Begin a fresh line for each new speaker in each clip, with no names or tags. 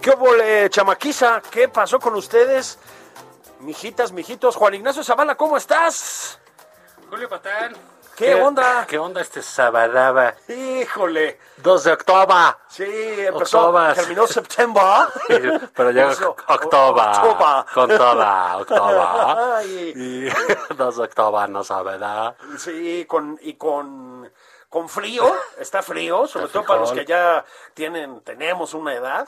¿Qué obole, chamaquiza? ¿Qué pasó con ustedes? Mijitas, mijitos, Juan Ignacio Zavala, ¿cómo estás?
Julio Patán.
¿Qué onda?
¿Qué onda este sabadaba?
Híjole.
2 de octubre.
Sí, empezó,
Octobas.
terminó septiembre.
Pero ya
Empezó
octoba.
Octoba.
Con toda, octoba.
Ay.
Y 2 de octubre, no sabadaba.
Sí, con, y con, con frío, está frío, sobre
Está
todo para los que
frijol.
ya tienen, tenemos una edad.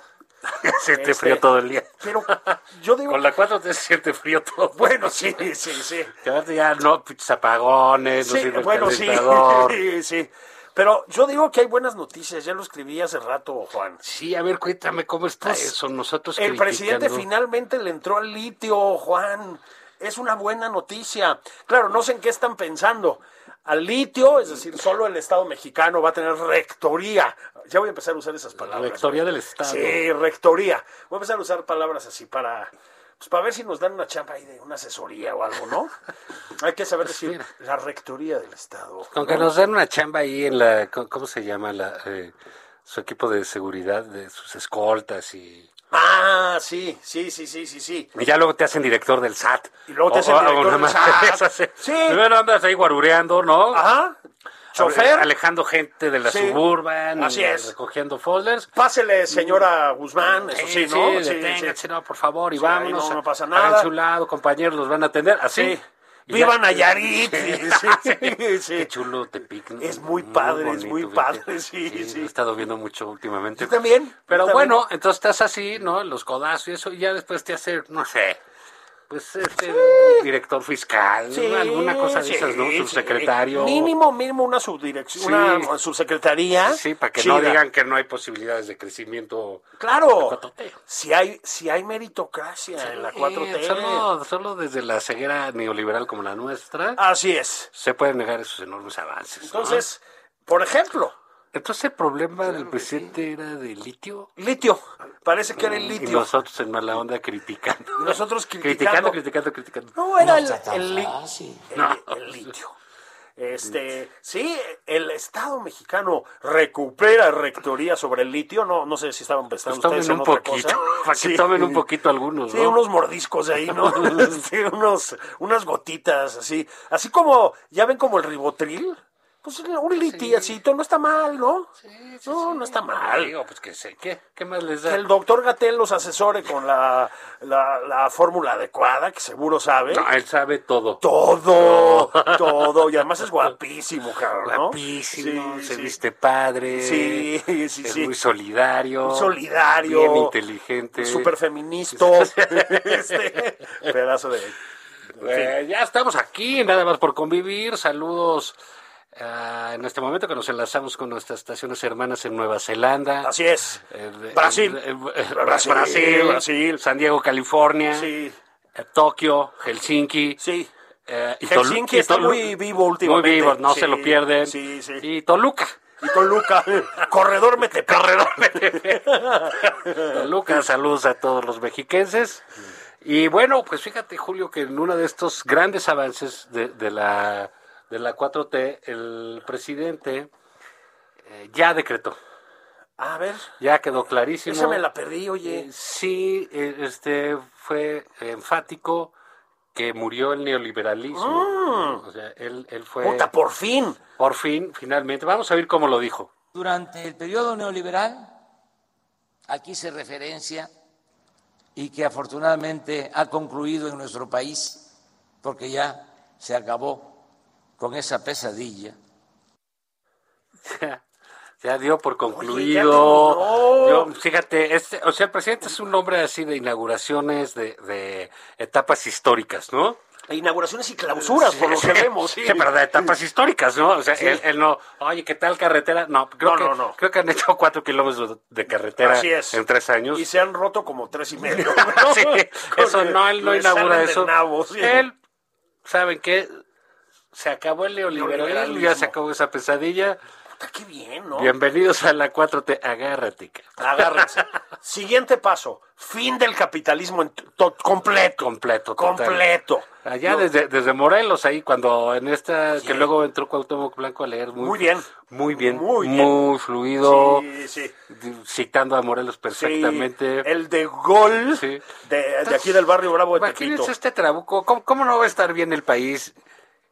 Se siente
Este,
frío todo el día.
Pero yo digo,
Con la 4 te siente frío todo.
bueno, sí, sí, sí.
Que ahorita ya no, pinches apagones, no
Sí,
sirve el
bueno, sí,
calentador.
sí, sí. Pero yo digo que hay buenas noticias, ya lo escribí hace rato, Juan.
Sí, a ver, cuéntame cómo está
Pues,
eso. Nosotros
El presidente
criticando.
finalmente le entró al litio, Juan. Es una buena noticia. Claro, no sé en qué están pensando. Al litio, es decir, solo el Estado mexicano va a tener rectoría. Ya voy a empezar a usar esas palabras.
rectoría
güey.
del Estado.
Sí, rectoría. Voy a empezar a usar palabras así para, pues, para ver si nos dan una chamba ahí de una asesoría o algo, ¿no? Hay que saber decir
Pues mira.
la rectoría del Estado.
Con que nos den una chamba ahí en la, co- ¿cómo se llama? La, eh, su equipo de seguridad, de sus escoltas y...
Ah, sí, sí, sí, sí, sí, sí.
y ya luego te hacen director del SAT.
Y luego te hacen director del SAT. Sí.
Sí. eh. Primero andas ahí guarureando, ¿no?
Ajá. Chofer.
Alejando gente de la
Sí.
suburban.
Así
y
es.
Recogiendo folders.
Pásele, señora Guzmán, eso sí,
Sí,
¿no?
sí, deténganse, no, por favor, y
Sí,
vámonos.
ahí no, no
a-
pasa
Háganse
nada.
a un lado, compañeros, los van a atender. Así.
Ah, Sí.
Y
¡Viva
ya-
Nayarit! Sí, sí, sí.
Qué chulo te pican.
Es muy padre, es muy padre, sí, sí.
He estado viendo mucho últimamente.
Yo también,
Pero
yo también.
bueno, entonces estás así, ¿no? Los codazos y eso, y ya después te hace, no sé, pues este, director fiscal,
Sí,
alguna cosa de
sí,
esas, ¿no?
sí.
Subsecretario.
Mínimo, mínimo una subdirección,
Sí.
una subsecretaría.
Sí, para que no
chida.
digan que no hay posibilidades de crecimiento.
Claro,
Pacototeo.
si hay, si hay meritocracia en la
Sí,
4T.
Eh, Solo, solo desde la ceguera neoliberal como la nuestra
Así es.
se pueden negar esos enormes avances. ¿no?
Ah. Entonces,
Ah.
por ejemplo,
entonces el problema del presidente era de litio.
litio. Parece que era el
Mm, Y
litio.
nosotros en mala onda criticando.
Y nosotros criticando.
criticando, criticando, criticando.
No, era el, el li- el-
No.
el litio. Este, sí, el Estado mexicano recupera rectoría sobre el litio. No, no sé si estaban prestando
Pues tomen
ustedes en
un
otra
poquito,
cosa.
para que
Sí.
tomen un poquito algunos,
Sí,
¿no?
unos mordiscos de ahí, ¿no? Este, unos, unas gotitas así. Así como, ¿ya ven como el ribotril? Pues un litiacito, no está mal, ¿no? no, no está mal.
Digo, pues que sé, ¿qué, qué más les
Que
da?
el doctor Gatel los asesore con la, la, la fórmula adecuada, que seguro sabe.
No, él sabe todo.
Todo, todo. Y además es guapísimo, cabrón, ¿no?
Guapísimo,
Sí,
se
sí.
viste padre.
Sí, sí,
es
sí.
muy solidario.
Muy solidario.
Bien inteligente.
Súper feminista. este pedazo de.
Eh, ya estamos aquí, nada más por convivir. Saludos ah, en este momento que nos enlazamos con nuestras estaciones hermanas en Nueva Zelanda. Eh,
Así es.
El- el-
Brasil.
el- el-
Brasil,
Brasil,
Brasil.
San Diego, California,
Sí,
eh, Tokio, Helsinki,
sí.
eh, y
Helsinki
Tolu- y
está
Tolu-
muy vivo últimamente.
Muy vivo, no
Sí,
se lo pierden.
sí, sí.
Y Toluca,
Y Toluca, corredor mete Corredor
Toluca, saludos a todos los mexiquenses. Y bueno, pues fíjate, Julio, que en uno de estos grandes avances de, de la, de la 4T, el presidente eh, ya decretó,
A ver,
ya quedó clarísimo.
esa me la perdí,
Eh,
oye.
Sí, eh, este fue enfático que murió el neoliberalismo. ¿no? O sea, él, él fue,
Puta, por fin.
por fin, finalmente, vamos a ver cómo lo dijo.
Durante el periodo neoliberal, aquí se referencia y que afortunadamente ha concluido en nuestro país, porque ya se acabó con esa pesadilla.
Ya dio por
ya
concluido.
terminó.
Yo, fíjate, este, o sea, el presidente es un hombre así de inauguraciones, de, de etapas históricas, ¿no?
Inauguraciones y clausuras, por lo que vemos.
Sí, pero de etapas históricas, ¿no? O sea, él, él no, oye, ¿qué tal carretera? No, creo,
No,
que,
no, no.
creo que han hecho cuatro kilómetros de carretera
Así es.
en tres años.
Y se han roto como tres y medio.
Sí, eso no, él no
Le
inaugura
salen del
eso.
nabo, sí.
Él, ¿saben qué? Se acabó el neoliberalismo, ya
Neoliberalismo.
se acabó esa pesadilla.
Puta, qué bien, ¿no?
Bienvenidos a la 4T, agárrate. ca-
Agárrense. Siguiente paso. Fin del capitalismo en to- completo.
Completo, total.
Completo.
Allá
No, eh,
desde, desde Morelos, ahí cuando en esta,
Sí.
que luego entró Cuauhtémoc Blanco a leer.
Muy bien.
Muy bien,
Muy
muy,
bien.
fluido,
Sí, sí.
di- citando a Morelos
sí,
perfectamente.
el de gol
Sí.
de, de aquí del barrio Bravo de
Imagínense
Tepito.
este trabuco, ¿cómo, cómo no va a estar bien el país?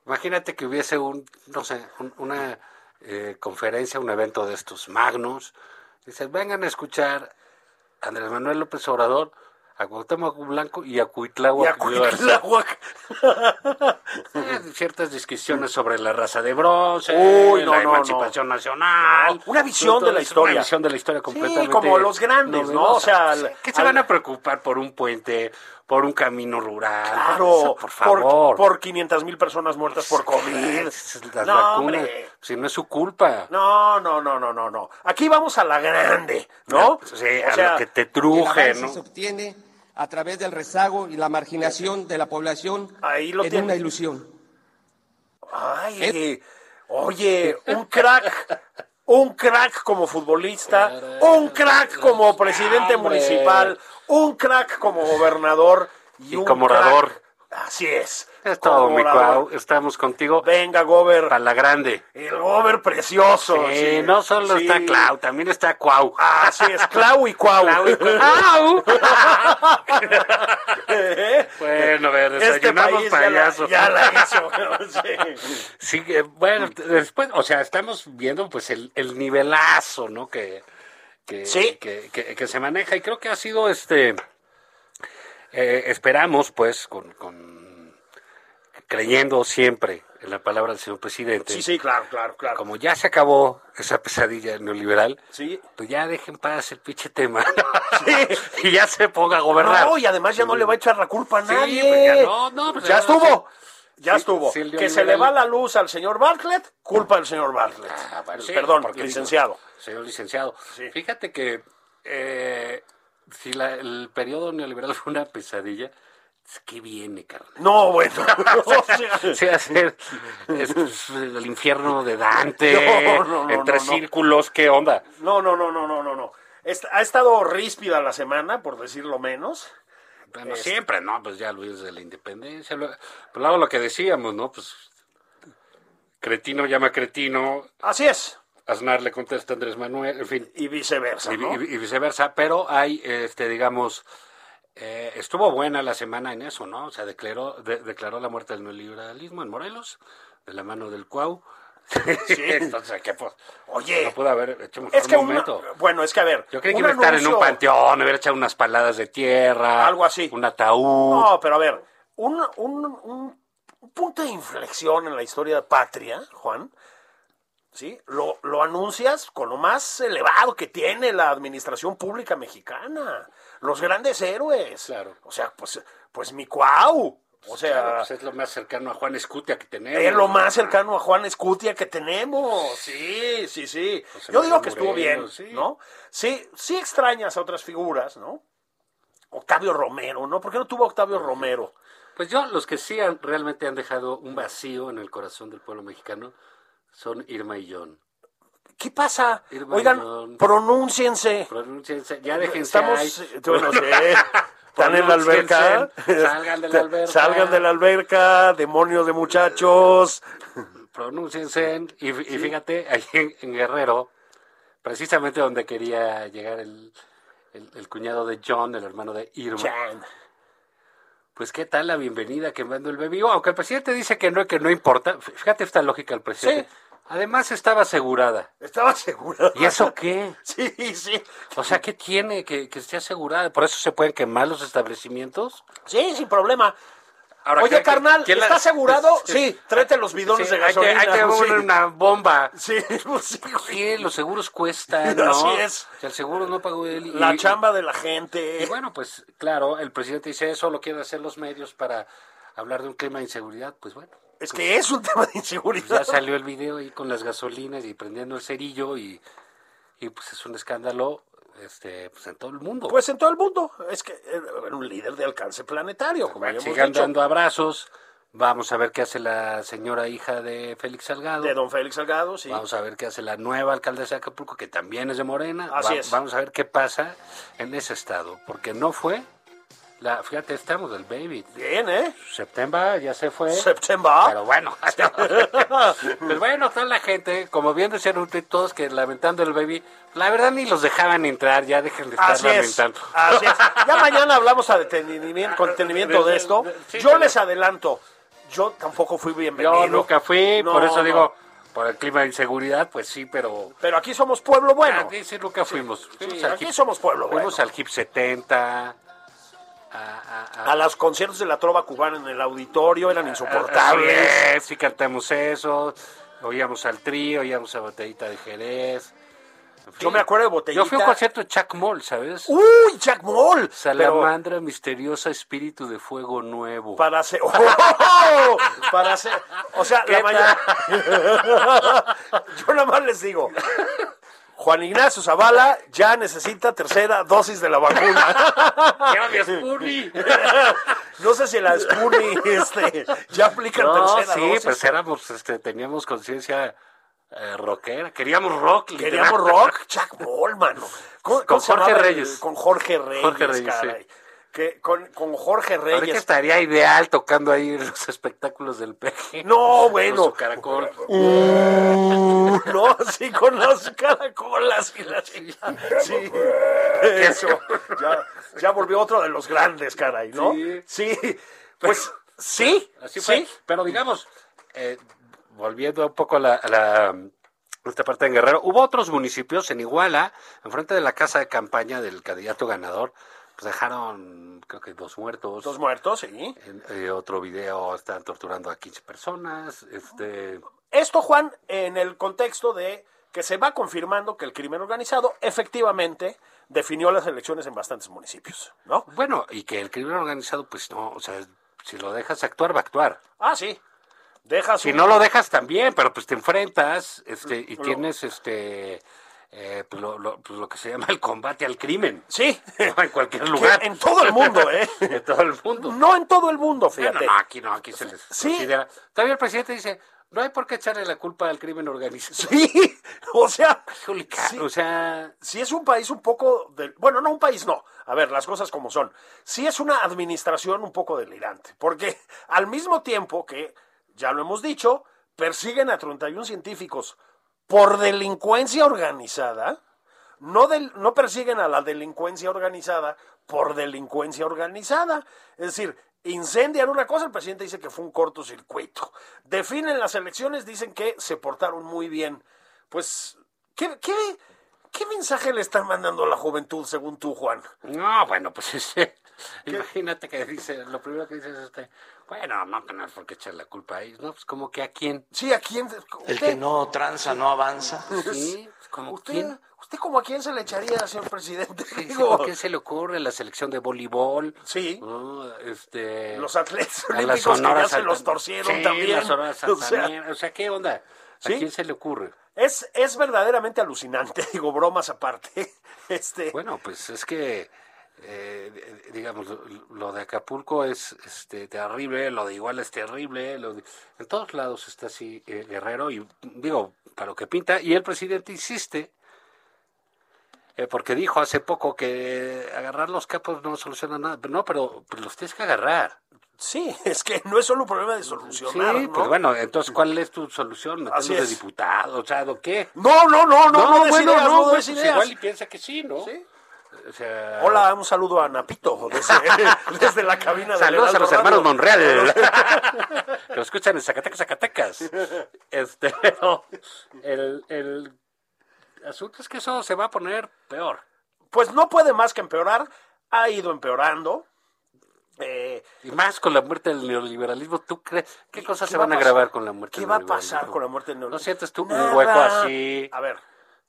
Imagínate que hubiese un, no sé, un- una eh, conferencia, un evento de estos magnos. Dicen, vengan a escuchar a Andrés Manuel López Obrador, a Cuauhtémoc Blanco y a
Y a
Cuitláhuac Garza.
Cuitláhuac.
Eh, ciertas discusiones sobre la raza de bronce,
Uy, no,
la
no,
emancipación nacional.
No, una visión
Todo
de la
eso,
historia.
Una visión de la historia completamente.
como los grandes, ¿no? O sea, al-
¿qué se
al-
van a preocupar por un puente, por un camino rural?
Claro,
Eso, por favor.
por 500 mil personas muertas por COVID.
Las
No,
vacunas,
hombre.
si no es su culpa.
No, no, no, no, no, no. Aquí vamos a la grande, ¿no?
pues, Sí,
O
a
sea,
lo que te
El
truje,
avance
¿no?
se obtiene a través del rezago y la marginación de la población
Ahí lo
en
tiene.
una ilusión.
¿Eh?
Ay, oye, un crack, un crack como futbolista, un crack como presidente
Hombre.
municipal, un crack como gobernador y,
Y
un
como orador.
crack- Así es.
Es todo,
como
mi
orador.
Cuau, estamos contigo.
Venga, Gober.
Para la grande.
El Gober precioso.
Sí,
sí.
no solo
Sí.
está Clau, también está Cuau.
Así es, Clau y Cuau.
Clau y Cuau.
¿Eh?
Bueno, a ver,
Este
desayunamos
país ya la,
payaso.
ya la hizo. sí.
Sí, eh, bueno, t- después, o sea, estamos viendo pues el, el nivelazo, ¿no? Que, que,
Sí.
que, que- que se maneja y creo que ha sido este, eh, esperamos pues con, con- creyendo siempre en la palabra del señor presidente.
Sí, sí, claro, claro, claro.
este, Como ya se acabó esa pesadilla neoliberal,
Sí.
pues ya dejen paz el pinche tema.
Sí.
y ya se ponga a gobernar.
No, y además ya no le va a echar la culpa a
Sí,
nadie.
pues ya no, no, pues
ya
ya no,
estuvo. Ya
Sí,
estuvo.
sí, el
que se
neoliberal-
le va la luz al señor Bartlett, culpa del señor Bartlett.
Ah, bueno, sí,
Perdón,
porque digo,
licenciado.
señor licenciado,
Sí.
fíjate que eh, si la- el periodo neoliberal fue una pesadilla, es que viene, carnal.
No, bueno. o sea,
Se hace el infierno de Dante,
No, no, no,
en tres
no, no.
círculos, ¿qué onda?
no, no, no, no, no, no, no. Est- Ha estado ríspida la semana, por decirlo menos.
Bueno,
Este,
siempre, ¿no? Pues ya Luis de la independencia. Lo, por lado lo que decíamos, ¿no? Pues cretino llama a cretino,
Así es.
Aznar le contesta a Andrés Manuel, en fin.
Y viceversa.
y,
¿no?
y- y viceversa, pero hay, este, digamos, eh, estuvo buena la semana en eso, ¿no? O sea, declaró, de- declaró la muerte del neoliberalismo en Morelos, de la mano del Cuau. Entonces, ¿qué, pues,
Oye.
no pudo haber hecho mejor
es que uno-
momento.
Bueno, es que a ver.
Yo creí que
un
iba a estar en un
anuncio-
panteón, hubiera echado unas paladas de tierra,
Algo así.
un ataúd.
No, pero a ver, un, un, un- un punto de inflexión en la historia de patria, Juan, ¿sí? Lo, lo anuncias con lo más elevado que tiene la administración pública mexicana. Los grandes héroes.
Claro.
O sea, pues, pues mi cuau. O sea,
Claro, pues es lo más cercano a Juan Escutia que tenemos.
es lo más cercano a Juan Escutia que tenemos. Sí, sí, sí.
José
Yo digo
Manuel
que estuvo
Pues Moreno,
bien,
sí.
¿no? Sí, sí extrañas a otras figuras, ¿no? Octavio Romero, ¿no? ¿Por qué no tuvo a Octavio Romero?
Pues yo, los que sí han- realmente han dejado un vacío en el corazón del pueblo mexicano son Irma y John.
¿Qué pasa?
Irma
Oigan,
León.
pronúnciense.
Pronúnciense, ya déjense
Estamos, eh,
ahí.
yo no sé, están en la alberca.
Pronúnciense, salgan de la alberca.
Salgan de la alberca, demonios de muchachos.
Pronúnciense. Y, f- y fíjate, ahí en, en Guerrero, precisamente donde quería llegar el, el- el cuñado de John, el hermano de Irma,
Chan.
Pues qué tal la bienvenida que mando el bebé. Aunque el presidente dice que no, que no importa. Fíjate esta lógica del presidente. Además estaba asegurada.
Estaba segura.
¿Y eso qué?
Sí, sí.
O sea, ¿qué tiene que, que esté asegurada? ¿Por eso se pueden quemar los establecimientos?
Sí, sin problema.
Ahora,
Oye,
¿quién-
carnal,
quién la-
¿está asegurado? Sí, tráete los bidones
Sí,
de
hay que,
gasolina.
hay que
sí.
poner una bomba.
Sí, pues sí, güey.
Sí, los seguros cuestan, ¿no?
Así es.
O sea, el seguro no pagó él. y-
La
y-
chamba de la gente.
Y bueno, pues claro, el presidente dice eso, lo quieren hacer los medios para hablar de un clima de inseguridad. Pues bueno,
es que es un tema de
pues ya
inseguridad.
salió el video ahí con las gasolinas y prendiendo el cerillo y, y pues es un escándalo este, pues en todo el mundo.
Pues en todo el mundo. Es que eh, era un líder de alcance planetario, como
Bueno,
habíamos
Ah, sigan
dicho.
dando abrazos. Vamos a ver qué hace la señora hija de Félix Salgado.
De don Félix Salgado, sí.
Vamos a ver qué hace la nueva alcaldesa de Acapulco, que también es de Morena.
Así es.
Vamos a ver qué pasa en ese estado, porque no fue la. Fíjate, estamos del baby.
Bien, ¿eh?
Septiembre ya se fue.
September.
Pero bueno, pues bueno, toda la gente, como bien decían ustedes, todos que lamentando el baby, la verdad ni los dejaban entrar, ya dejen de estar
Así es,
lamentando.
así es. Ya mañana hablamos a detenimiento, con detenimiento de esto.
Sí,
Yo
pero-
les adelanto, yo tampoco fui bienvenido.
Yo nunca fui,
No,
por eso
no.
digo, por el clima de inseguridad, pues sí, pero.
Pero aquí somos pueblo bueno.
aquí sí nunca fuimos. Fuimos
Sí,
al
aquí
Hip-
somos pueblo
Fuimos
bueno.
al HIP 70. a- a- a-
A los conciertos de la trova cubana en el auditorio eran insoportables.
Ah, Así es, sí cantamos eso, oíamos al trío, oíamos a Botellita de Jerez. En fin.
Yo me acuerdo de Botellita.
Yo fui a un concierto de Chuck Moll, ¿sabes?
¡Uy, Jack Moll! Pero
Salamandra misteriosa, espíritu de fuego nuevo.
para hacer... ¡Oh! Para hacer... O sea, la
¿Qué
mañana... Yo nada más les digo... Juan Ignacio Zavala ya necesita tercera dosis de la vacuna.
¡Qué obvio, Spurly!
No sé si la Spoonie este, ya aplican
No,
tercera
sí,
dosis.
pues éramos, este, teníamos conciencia eh, rockera, queríamos rock, literal.
Queríamos rock, Jack Ball, mano. ¿Cómo-
Con
cómo se
Jorge
llamaba el-
Reyes.
Con Jorge Reyes,
Jorge Reyes,
caray. Que con, con Jorge
Ahorita
Reyes.
estaría ideal tocando ahí en los espectáculos del PG.
No,
Con su
bueno.
caracol.
No, sí, con las caracolas y la chica. Sí. Eso. Ya, ya volvió otro de los grandes, caray, ¿no?
Sí.
Sí. Pues sí.
Así fue.
sí.
Pero digamos, eh, volviendo un poco a la, a la- esta parte en Guerrero, hubo otros municipios en Iguala, enfrente de la casa de campaña del candidato ganador, pues dejaron, creo que dos muertos.
Dos muertos, sí.
En, eh, otro video están torturando a 15 personas. Este,
Esto, Juan, en el contexto de que se va confirmando que el crimen organizado efectivamente definió las elecciones en bastantes municipios, ¿no?
bueno, y que el crimen organizado, pues no, o sea, si lo dejas actuar, va a actuar.
Ah, sí. Dejas
Si
un-
no lo dejas también, pero pues te enfrentas este, y
Lo-
tienes este, eh, pues, lo, lo- pues, lo que se llama el combate al crimen.
Sí.
No, en cualquier lugar.
en todo el mundo, ¿eh?
en todo el mundo.
No en todo el mundo,
Bueno,
fíjate.
no, aquí no, aquí se les
Sí.
considera. Todavía el presidente dice, no hay por qué echarle la culpa al crimen organizado.
Sí, o sea,
Híjole, ca-
sí.
O sea,
si es un país un poco del, bueno, no un país no. A ver, las cosas como son. Si es una administración un poco delirante, porque al mismo tiempo que ya lo hemos dicho, persiguen a 31 científicos por delincuencia organizada, no del- no persiguen a la delincuencia organizada por delincuencia organizada, es decir, incendian una cosa, el presidente dice que fue un cortocircuito. Definen las elecciones, dicen que se portaron muy bien. Pues ¿Qué, qué, qué mensaje le están mandando a la juventud, según tú, Juan?
no, bueno, pues este, imagínate que dice, lo primero que dice es este, bueno, no tenemos por qué echar la culpa a ellos, ¿no? Pues como que a quién.
Sí, ¿a quién?
El
Usted,
que no tranza no avanza.
Sí, pues, como
usted,
quién.
¿Usted como a quién se le echaría, señor presidente?
Sí, sí,
Digo,
¿Por qué se le ocurre la selección de voleibol?
Sí.
¿no? Este,
los atletas
A las
olímpicos que ya
Sonoras
se los
Santan-
torcieron
Sí,
también.
las Sonoras
O sea,
Santanera. O sea, ¿qué onda? ¿A
Sí.
quién se le ocurre?
es, es verdaderamente alucinante, digo, bromas aparte. Este,
Bueno, pues es que, eh, digamos, lo, lo de Acapulco es este, terrible, lo de Iguala es terrible, lo de- en todos lados está así eh, Guerrero, y digo, para lo que pinta, y el presidente insiste, eh, porque dijo hace poco que agarrar los capos no soluciona nada, Pero no, pero pues, los tienes que agarrar.
sí, es que no es solo un problema de solucionar,
Sí,
¿no?
pues bueno, entonces, ¿cuál es tu solución?
Así
¿Meterlos de
es.
diputado? O sea, ¿o qué?
No, no, no, no, no, des
bueno,
ideas, no,
bueno,
des
pues
ideas.
igual y piensa que sí, ¿no?
Sí.
O sea,
Hola, un saludo a Napito desde, desde la cabina de
Saludos a los hermanos
Monreal.
Monreal. que lo escuchan en Zacatecas, Zacatecas. Este, pero el, el asunto es que eso se va a poner peor.
Pues no puede más que empeorar, ha ido empeorando. Eh,
Y más con la muerte del neoliberalismo, ¿tú crees? ¿Qué cosas
¿qué
se
va
van a
pasar?
grabar con la muerte
¿Qué
del
va a
neoliberalismo?
pasar con la muerte del neoliberalismo?
¿No sientes tú un hueco así?
A ver,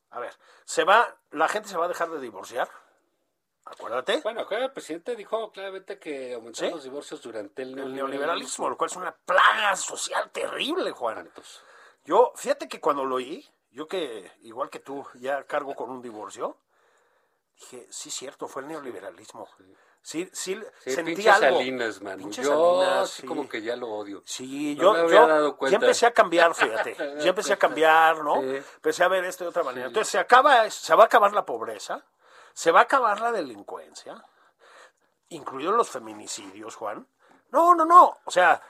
a ver. Se va, la gente se va a dejar de divorciar. Acuérdate.
Bueno, acá el presidente dijo claramente que aumentaron
¿Sí?
los divorcios durante el
El
neoliberalismo.
neoliberalismo, lo cual es una plaga social terrible, Juan.
Entonces,
Yo, fíjate que cuando lo oí, yo que, igual que tú, ya cargo con un divorcio, dije, sí, cierto, fue el neoliberalismo. Sí, sí,
Sí,
sentí
pinche
algo.
Salinas, mano.
Pinche
yo
Salinas,
sí
sí.
como que ya lo odio.
Sí,
No
yo,
me había
yo
dado cuenta.
ya empecé a cambiar, fíjate. ya empecé a cambiar, ¿no?
Sí.
Empecé a ver esto de otra manera. Entonces se acaba, se va a acabar la pobreza, se va a acabar la delincuencia, incluidos los feminicidios, Juan. No, no, no. O sea,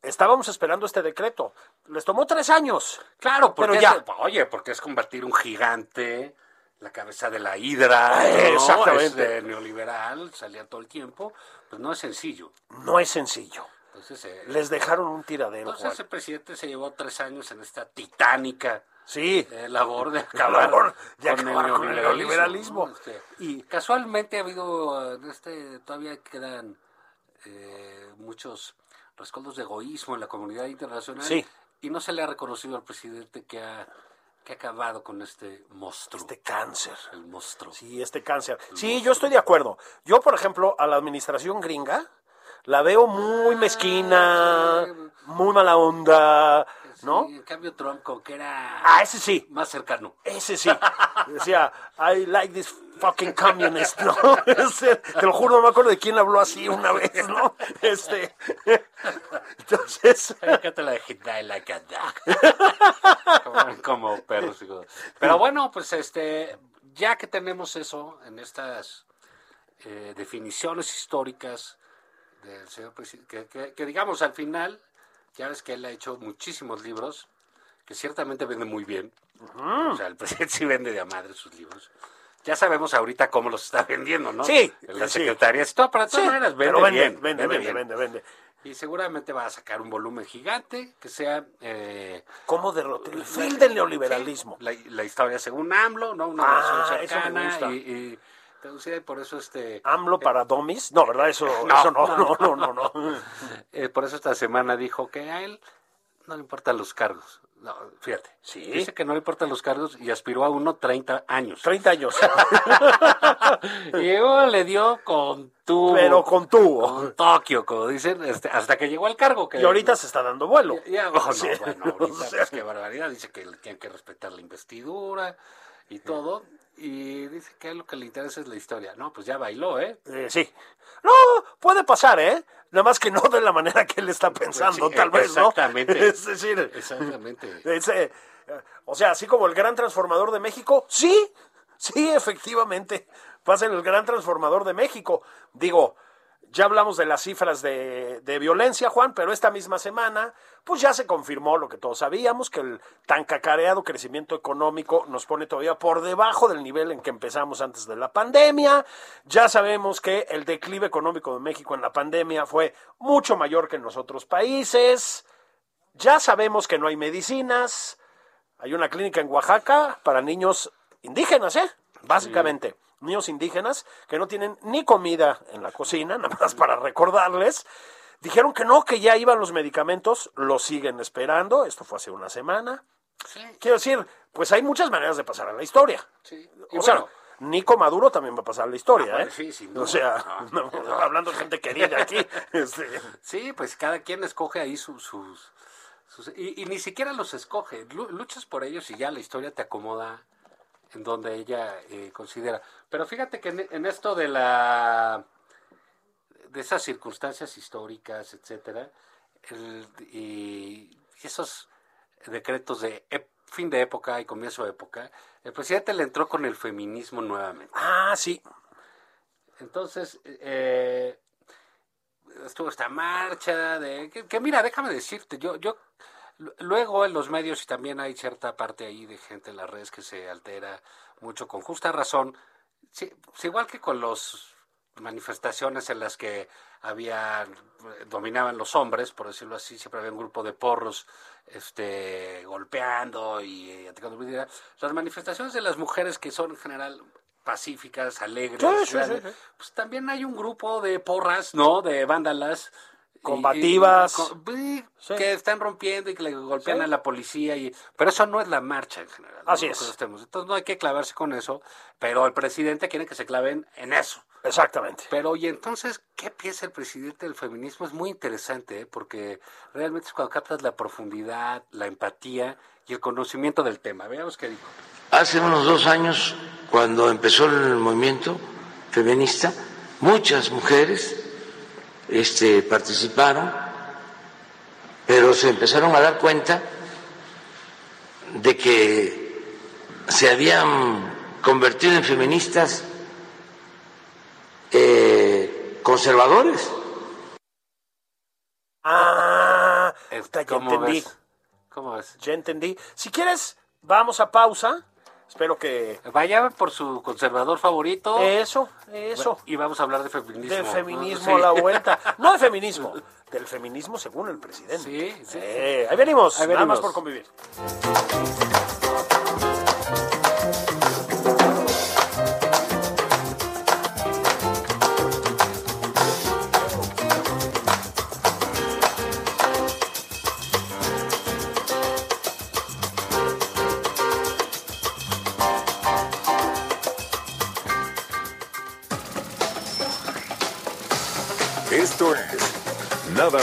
estábamos esperando este decreto. Les tomó tres años.
Claro, porque
pero ya.
es- oye, porque es combatir un gigante, la cabeza de la hidra,
Ah,
¿no?
exactamente.
Este, neoliberal, salía todo el tiempo, pues no es sencillo.
No es sencillo.
Entonces, eh,
Les dejaron un tiradero, Juan.
entonces el presidente se llevó tres años en esta titánica
Sí.
eh, labor de acabar,
Labor de acabar con el neoliberalismo,
¿no? Este,
y-
casualmente ha habido, eh, de este, todavía quedan eh, muchos rescoldos de egoísmo en la comunidad internacional
Sí.
y no se le ha reconocido al presidente que ha, que ha acabado con este monstruo,
Este cáncer.
el monstruo.
Sí, este cáncer. Sí, yo estoy de acuerdo. Yo, por ejemplo, a la administración gringa la veo
Ah,
muy mezquina, muy mala onda, ¿no?
Sí, en cambio Trump como que era
Ah, ese sí,
más cercano.
ese sí. Decía, I like this fucking communist, ¿no? Ese, te lo juro, no me acuerdo de quién habló así una vez, ¿no? Este, entonces,
Me encanta la de Hit Die Like a Dog. como, como perros. digo. Pero bueno, pues este, ya que tenemos eso en estas eh, definiciones históricas del señor presidente, que, que- que digamos al final, ya ves que él ha hecho muchísimos libros, que ciertamente vende muy bien. O sea, el presidente sí vende de a madre sus libros. Ya sabemos ahorita cómo los está vendiendo, ¿no?
Sí,
En las
sí.
secretarías y todo, pero de todas
sí,
maneras vende,
pero vende,
bien,
vende,
vende
vende,
bien.
vende, vende.
Y seguramente va a sacar un volumen gigante que sea eh,
¿Cómo derrotar el fin del neoliberalismo?
la, la historia según AMLO, ¿no? Una
Ah,
versión
eso me
cercana
gusta. Ah.
y, y traducida, y por eso este
AMLO para domis? No, ¿verdad? Eso
No.
eso no, no, no, no, no.
eh, por eso esta semana dijo que a él no le importan los cargos. No, fíjate.
Sí.
Dice que no le importan los cargos y aspiró a uno 30 años.
30 años.
Y luego le dio con tu
Pero con tubo.
Tokio, como dicen, este, hasta que llegó al cargo. Que
Y ahorita se está dando vuelo.
Ya, oh, no,
Sí.
bueno, ahorita,
O sea,
pues, qué barbaridad. Dice que le tienen que respetar la investidura y todo. Y dice que a él lo que le interesa es la historia. No, pues ya bailó, ¿eh?
eh, sí. No, puede pasar, ¿eh? Nada más que no de la manera que él está pensando,
Pues sí, eh,
tal vez, ¿no?
exactamente.
Es decir,
Exactamente.
es, eh, o sea, así como el gran transformador de México, sí, sí, efectivamente, pasa en el gran transformador de México. Digo, ya hablamos de las cifras de, de violencia, Juan, pero esta misma semana, pues ya se confirmó lo que todos sabíamos, que el tan cacareado crecimiento económico nos pone todavía por debajo del nivel en que empezamos antes de la pandemia. Ya sabemos que el declive económico de México en la pandemia fue mucho mayor que en los otros países. Ya sabemos que no hay medicinas. Hay una clínica en Oaxaca para niños indígenas, ¿eh? Básicamente, niños indígenas que no tienen ni comida en la cocina, nada más para recordarles. Dijeron que no, que ya iban los medicamentos, lo siguen esperando. Esto fue hace una semana.
Sí,
Quiero decir, pues hay muchas maneras de pasar a la historia.
sí.
O sea, Nico Maduro también va a pasar a la historia,
Ah,
¿eh?
bueno, sí, sin duda.
O sea,
No,
no, hablando de gente querida aquí. este,
Sí, pues cada quien escoge ahí su- sus... sus- y, y ni siquiera los escoge. Lu- Luchas por ellos y ya la historia te acomoda en donde ella eh, considera. Pero fíjate que en, en esto de la... de esas circunstancias históricas, etcétera, el- y esos decretos de ep- fin de época y comienzo de época, el presidente le entró con el feminismo nuevamente.
ah, sí.
Entonces, eh, estuvo esta marcha de... Que, que mira, déjame decirte, yo, yo... lu- Luego en los medios y también hay cierta parte ahí de gente en las redes que se altera mucho con justa razón Sí, pues igual que con las manifestaciones en las que había eh, dominaban los hombres, por decirlo así, siempre había un grupo de porros este golpeando y atacando las manifestaciones de las mujeres que son en general pacíficas, alegres,
Sí, sí,
ciudadanas,
sí, sí.
pues también hay un grupo de porras, ¿no? De vándalas
Combativas.
y- y- co- y-
Sí.
Pues que están rompiendo y que le golpean
Sí.
a la policía y pero eso no es la marcha en general. ¿no?
Así
Lo
es.
que estemos. Entonces no hay que clavarse con eso, pero el presidente quiere que se claven en eso.
Exactamente.
Pero y entonces, ¿qué piensa el presidente del feminismo? Es muy interesante, ¿eh? porque realmente es cuando captas la profundidad, la empatía y el conocimiento del tema. Veamos qué dijo.
Hace unos dos años, cuando empezó el movimiento feminista, muchas mujeres este, participaron, pero se empezaron a dar cuenta de que se habían convertido en feministas eh, conservadores.
Ah,
Es-
puta, ya
¿Cómo
entendí.
ves? ¿Cómo ves?
Ya entendí. Si quieres, vamos a pausa. Espero que.
Vaya por su conservador favorito.
Eso, eso.
Y vamos a hablar de feminismo.
Del feminismo
Sí.
a la vuelta. No de feminismo, del feminismo según el presidente.
Sí, sí, sí.
Eh, ahí venimos,
Ahí
nada
venimos.
más por convivir.
Esto es Nada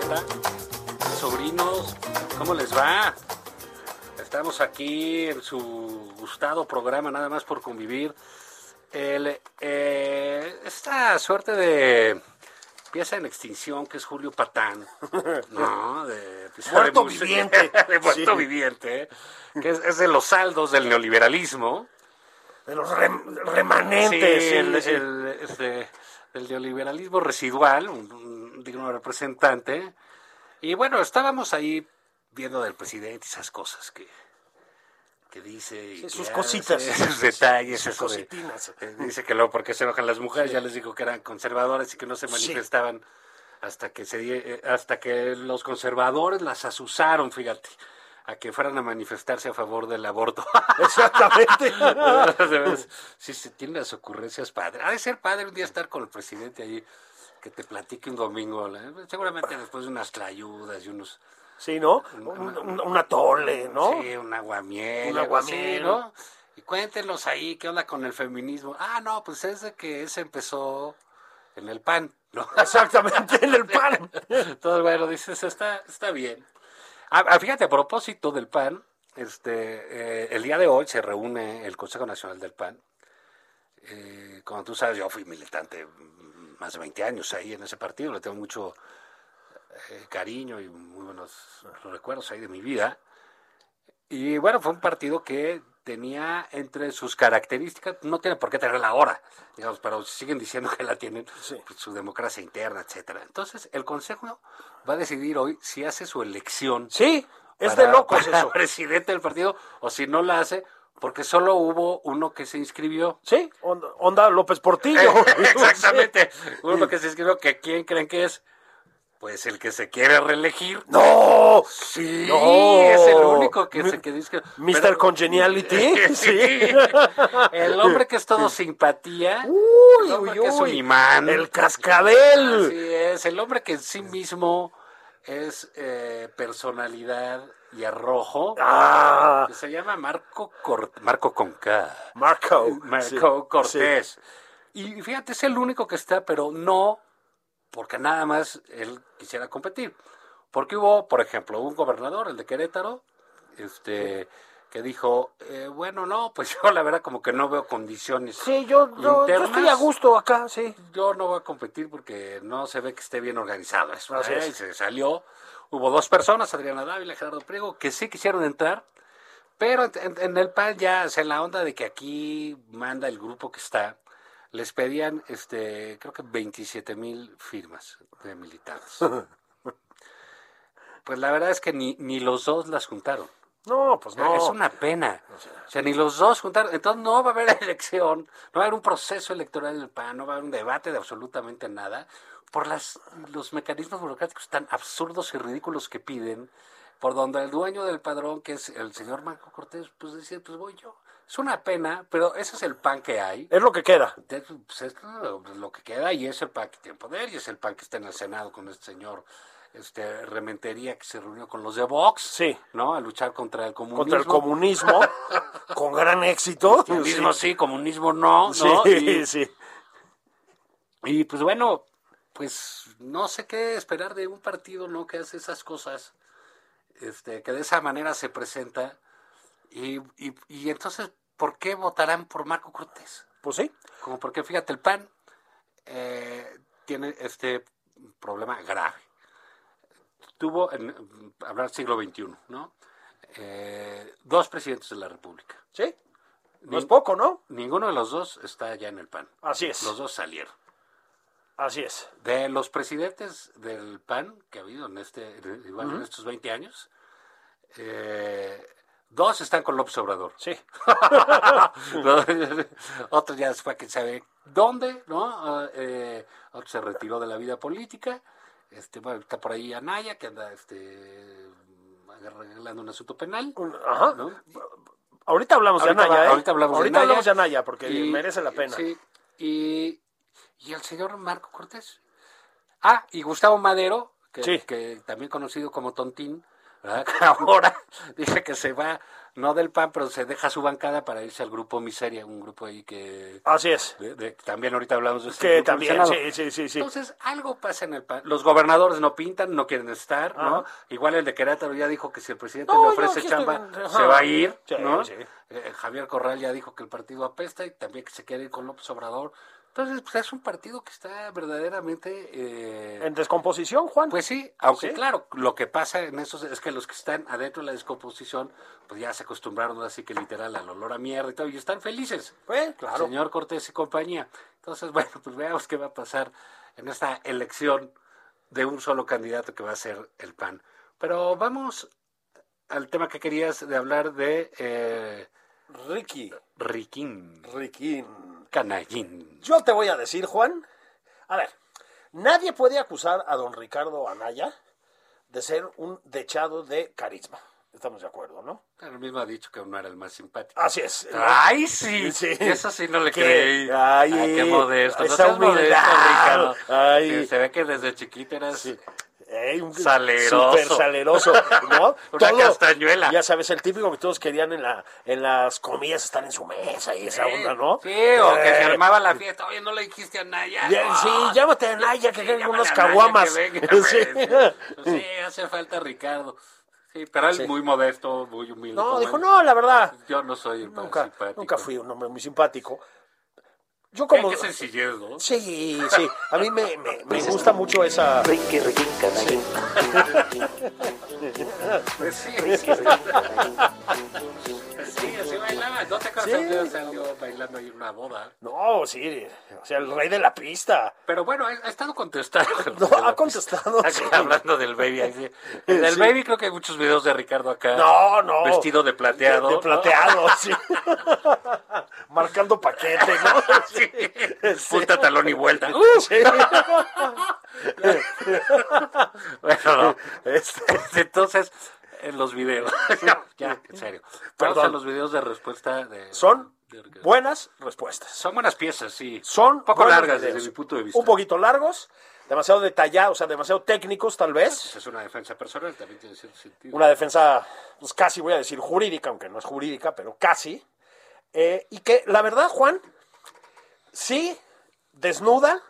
¿Qué tal? Sobrinos, ¿cómo les va? Estamos aquí en su gustado programa, nada más por convivir. El, eh, esta suerte de pieza en extinción que es Julio Patán, ¿no? De, pieza de
Muerto
museo-
viviente.
de muerto
Sí.
viviente, ¿eh? que es, es de los saldos del neoliberalismo.
De los rem- remanentes.
Sí,
sí,
el,
sí.
el- este, el neoliberalismo residual, un, un digno representante. Y bueno, estábamos ahí viendo del presidente y esas cosas que, que dice. y que
sus
hace,
cositas.
Sus detalles.
Sus
eso de-
cositinas.
eh, dice que luego porque se enojan las mujeres, ya les digo que eran conservadoras y que no se manifestaban hasta que se die- eh, hasta que los conservadores las asusaron, fíjate, a que fueran a manifestarse a favor del aborto.
Exactamente.
De veras, sí, sí, tiene las ocurrencias padre. Ha de ser padre un día estar con el presidente ahí, que te platique un domingo. la- Seguramente después de unas tlayudas y unos.
sí, ¿no? Un, un- un atole, ¿no?
Sí, un aguamiel.
Un
algo así,
aguamiel.
¿no? Y cuéntenos ahí, ¿qué onda con el feminismo? Ah, no, pues es de que ese empezó en el pan, ¿no?
Ah, Exactamente, en el pan.
Entonces, bueno, dices, está, está bien. Ah, ah, fíjate, a propósito del PAN, este, eh, el día de hoy se reúne el Consejo Nacional del PAN. Eh, como tú sabes, yo fui militante mm, más de 20 años ahí en ese partido, le tengo mucho eh, cariño y muy buenos recuerdos ahí de mi vida. Y bueno, fue un partido que tenía entre sus características, no tiene por qué tenerla ahora, digamos, pero siguen diciendo que la tienen, pues, su democracia interna, etcétera. Entonces, el Consejo va a decidir hoy si hace su elección.
Sí, es de
para-
locos
para
eso.
presidente del partido, o si no la hace, porque solo hubo uno que se inscribió.
Sí, onda, onda López Portillo.
Exactamente. Uno que se inscribió, que ¿quién creen que es? Pues el que se quiere reelegir.
¡No!
Sí,
No.
es el único que
Mi-
se que dice.
Mr.
pero-
Congeniality. Sí. Uh,
El hombre que es todo simpatía.
Uy,
el hombre
uy,
que es un
uy.
imán. Ah,
El cascabel.
Así es, el hombre que en sí mismo es eh, personalidad y a Rojo,
Ah,
que se llama Marco, Cor- Marco Conca.
Marco.
Marco
Oh, Sí,
Cortés. Y fíjate, es el único que está, pero no porque nada más él quisiera competir. Porque hubo, por ejemplo, un gobernador, el de Querétaro, este que dijo, eh, bueno, no, pues yo la verdad como que no veo condiciones.
Sí, Sí, yo, yo, yo
internas.
estoy a gusto acá, sí.
pues, Yo no voy a competir porque no se ve que esté bien organizado. Eso,
Así
¿eh?
es.
Y se salió. Hubo dos personas, Adriana Dávila y Gerardo Priego, que sí quisieron entrar, pero en, en el PAN ya, o sea, en la onda de que aquí manda el grupo que está, les pedían, este, creo que 27 mil firmas de militantes. Pues la verdad es que ni, ni los dos las juntaron.
No, pues
O sea,
no.
Es una pena. O sea, ni los dos juntaron. Entonces no va a haber elección, no va a haber un proceso electoral en el PAN, no va a haber un debate de absolutamente nada por las, los mecanismos burocráticos tan absurdos y ridículos que piden, por donde el dueño del padrón, que es el señor Marco Cortés, pues dice, pues voy yo. Es una pena, pero ese es el PAN que hay.
Es lo que queda.
Entonces, Pues es lo, lo que queda y es el PAN que tiene poder y es el PAN que está en el Senado con este señor este Rementería que se reunió con los de Vox,
Sí.
¿no? A luchar contra el comunismo.
Contra el comunismo, con gran éxito.
Comunismo sí, comunismo no,
Sí,
¿no?
sí,
Y,
sí.
y, pues bueno, pues no sé qué esperar de un partido no que hace esas cosas, este, que de esa manera se presenta. Y, y- y entonces, ¿por qué votarán por Marco Cortés?
Pues sí.
Como porque fíjate, el PAN eh, tiene este problema grave. Tuvo, en, hablar siglo XXI, ¿no? Eh, dos presidentes de la República.
Sí. No es poco, ¿no?
Ninguno de los dos está ya en el PAN.
Así es.
Los dos salieron.
Así es.
De los presidentes del PAN que ha habido en, este, en- igual en estos 20 años, eh, dos están con López Obrador.
Sí.
Otro ya se fue a quién sabe dónde, ¿no? Ah, eh, otro se retiró de la vida política. Este, bueno, está por ahí Anaya, que anda este, arreglando un asunto penal.
Un- Ajá.
¿no?
Ahorita hablamos
Ahorita,
de Anaya.
habla-
¿eh?
ahorita hablamos,
Ahorita
de Anaya.
hablamos de Anaya porque
Y-
merece la pena.
sí, y, y el señor Marco Cortés. Ah, y Gustavo Madero, que,
Sí.
que también conocido como Tontín, ¿verdad? Que ahora dice que se va, no del PAN, pero se deja su bancada para irse al grupo Miseria, un grupo ahí que...
Así es.
de- de- también ahorita hablamos de ese grupo en
Que
el
también,
Senado.
sí, sí, sí, sí.
Entonces, algo pasa en el PAN. Los gobernadores no pintan, no quieren estar, ¿no?
Ajá.
Igual el de Querétaro ya dijo que si el presidente
No,
le
yo
ofrece
aquí
chamba,
estoy- ajá.
se va a ir,
Sí,
¿no?
sí.
Eh, Javier Corral ya dijo que el partido apesta y también que se quiere ir con López Obrador. Entonces, pues es un partido que está verdaderamente... eh,
En descomposición, Juan.
pues sí, aunque
Sí.
claro, lo que pasa en esos es que los que están adentro de la descomposición, pues ya se acostumbraron así que literal al olor a mierda y todo, y están felices.
Pues, claro.
Señor Cortés y compañía. Entonces, bueno, pues veamos qué va a pasar en esta elección de un solo candidato que va a ser el PAN. Pero vamos al tema que querías de hablar de eh,
Ricky,
Riquín,
Ricky.
Canallín.
Yo te voy a decir, Juan. A ver, nadie puede acusar a don Ricardo Anaya de ser un dechado de carisma. Estamos de acuerdo, ¿no?
Él mismo ha dicho que no era el más simpático.
Así es.
¡Ay, sí!
Sí.
Eso sí no le
Que-
creí.
ay,
qué modesto! No
esa
seas modesto,
humildad.
Ricardo.
Ay.
Sí, se ve que desde chiquita eras...
Ey, un
Saleroso.
Súper saleroso, ¿no?
Una castañuela.
Ya sabes, el típico que todos querían en, la, en las comidas estar en su mesa y esa onda, ¿no?
Sí, o que
Eh,
se armaba la fiesta. Oye, no le dijiste a Naya.
ya-
No.
Sí, llámate a Naya, que
Sí,
vengan
llámale
unas
a Naya
caguamas.
que venga,
Sí.
pues. Sí, hace falta Ricardo. Sí, pero él
Sí.
muy modesto, muy humilde.
No,
como
dijo,
él.
no, la verdad,
Yo no soy el más
nunca,
simpático.
nunca fui un hombre muy simpático. Yo
Mira
como...
Qué sencillez, ¿no?
Sí, sí, a mí me, me- me gusta mucho esa...
Ricky, Ricky, canallín.
Pues sí,
Ricky, Ricky, canallín.
sí, así bailaba. No te acuerdas
Sí.
que salió bailando ahí en una boda.
No, sí, o sea, el rey de la pista.
Pero bueno, ha, ha estado contestando.
No, ha contestado,
Aquí
sí.
Hablando del baby. ahí sí. Del
Sí.
baby creo que hay muchos videos de Ricardo acá.
No, no.
Vestido de plateado.
De, de
¿no?
plateado, sí. Marcando paquete, ¿no?
Sí.
Sí.
Punta, talón y vuelta. ¡Uh!
Sí.
Bueno, no.
Este,
Entonces, en los videos. ya, ya, en serio.
Perdón.
Perdón. los videos de respuesta de.
son
de- de-
buenas respuestas.
son buenas piezas, sí.
Son
poco
buenos
largas
videos.
desde mi punto de vista.
Un poquito largos, demasiado detallados, o sea, demasiado técnicos tal vez.
Es una defensa personal, también tiene cierto sentido.
Una defensa, pues casi voy a decir jurídica, aunque no es jurídica, pero casi. Eh, y que la verdad, Juan, sí desnuda,